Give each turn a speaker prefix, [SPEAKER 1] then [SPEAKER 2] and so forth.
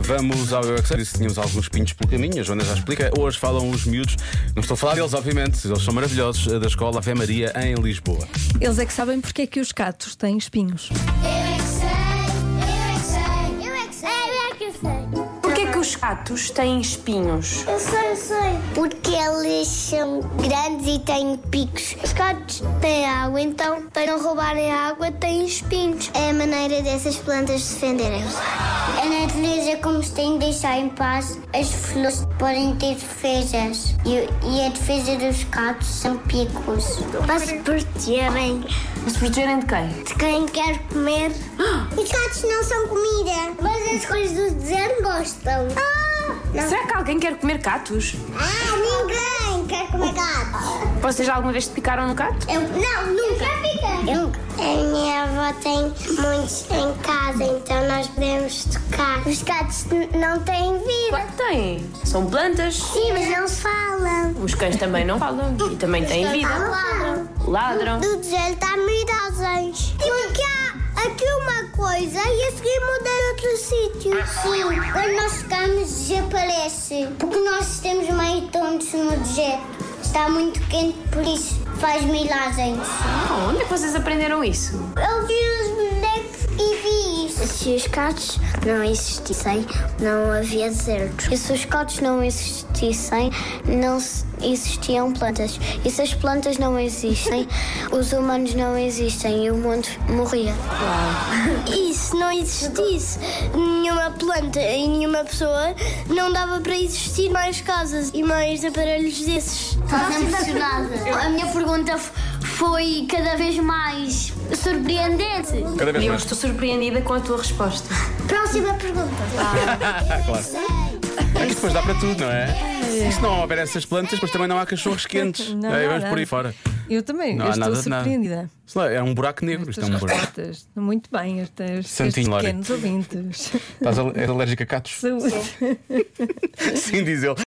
[SPEAKER 1] Vamos ao Eu é que Sei. Disse que Tínhamos alguns pintos pelo caminho, a Joana já explica. Hoje falam os miúdos, não estou a falar deles, obviamente, eles são maravilhosos, eh, da escola Ave Maria em Lisboa.
[SPEAKER 2] Eles é que sabem porque é que os gatos têm espinhos.
[SPEAKER 3] Eu é que sei, eu é que sei, eu é que sei, eu é que sei.
[SPEAKER 4] Porquê que os gatos têm espinhos?
[SPEAKER 3] Eu sei, eu sei. Porque eles são grandes e têm picos. Os gatos têm água, então, para não roubarem a água, têm espinhos. É a maneira dessas plantas defenderem-se. A natureza, como se tem de deixar em paz, as flores podem ter defesas. E, e a defesa dos gatos são picos. Para se protegerem
[SPEAKER 4] Mas se protegerem é de quem?
[SPEAKER 3] de quem quer comer. Os gatos não são comida, mas as coisas do deserto gostam. Ah,
[SPEAKER 4] Será que alguém quer comer gatos?
[SPEAKER 3] ninguém quer comer gatos.
[SPEAKER 4] Vocês já alguma vez te picaram no gato?
[SPEAKER 3] Eu, não, nunca. Eu nunca. A minha avó tem muitos em casa, então nós podemos tocar. Os gatos não têm vida.
[SPEAKER 4] Claro que têm. São plantas.
[SPEAKER 3] Sim, mas não falam.
[SPEAKER 4] Os cães também não falam e também têm vida.
[SPEAKER 3] Claro.
[SPEAKER 4] Ladram.
[SPEAKER 3] Do deserto há miragem. Porque há aqui uma coisa e a seguir mudar outro sítio. Sim, quando nós chegamos desaparece. Porque nós temos meio tontos no deserto. Está muito quente, por isso faz miragens.
[SPEAKER 4] Oh, onde é que vocês aprenderam isso?
[SPEAKER 3] Eu vi os bonecos e vi isso. Se os gatos não existissem, não havia desertos. E se os gatos não existissem, não se- existiam plantas. E se as plantas não existem, os humanos não existem e o mundo morria. E se não existisse nenhuma planta e nenhuma pessoa, não dava para existir mais casas e mais aparelhos desses. Estás impressionada. A minha pergunta f- foi cada vez mais surpreendente.
[SPEAKER 1] Cada vez
[SPEAKER 4] Eu
[SPEAKER 1] mais.
[SPEAKER 4] estou surpreendida com a tua resposta.
[SPEAKER 3] Próxima pergunta.
[SPEAKER 1] Ah, claro. Mas depois dá para tudo, não é? Se não houver essas plantas, depois também não há cachorros quentes.
[SPEAKER 2] Não,
[SPEAKER 1] é,
[SPEAKER 2] não,
[SPEAKER 1] vamos
[SPEAKER 2] não.
[SPEAKER 1] por aí fora.
[SPEAKER 2] Eu também,
[SPEAKER 1] Não
[SPEAKER 2] eu
[SPEAKER 1] há
[SPEAKER 2] estou
[SPEAKER 1] nada de nada.
[SPEAKER 2] surpreendida.
[SPEAKER 1] Sei lá, é um buraco negro. Isto é
[SPEAKER 2] Estas
[SPEAKER 1] um buraco.
[SPEAKER 2] respostas. Muito bem, estas,
[SPEAKER 1] Santinho,
[SPEAKER 2] estes
[SPEAKER 1] Lori.
[SPEAKER 2] pequenos ouvintes.
[SPEAKER 1] Estás al- és alérgico a catos?
[SPEAKER 2] Saúde.
[SPEAKER 1] Sim, diz ele.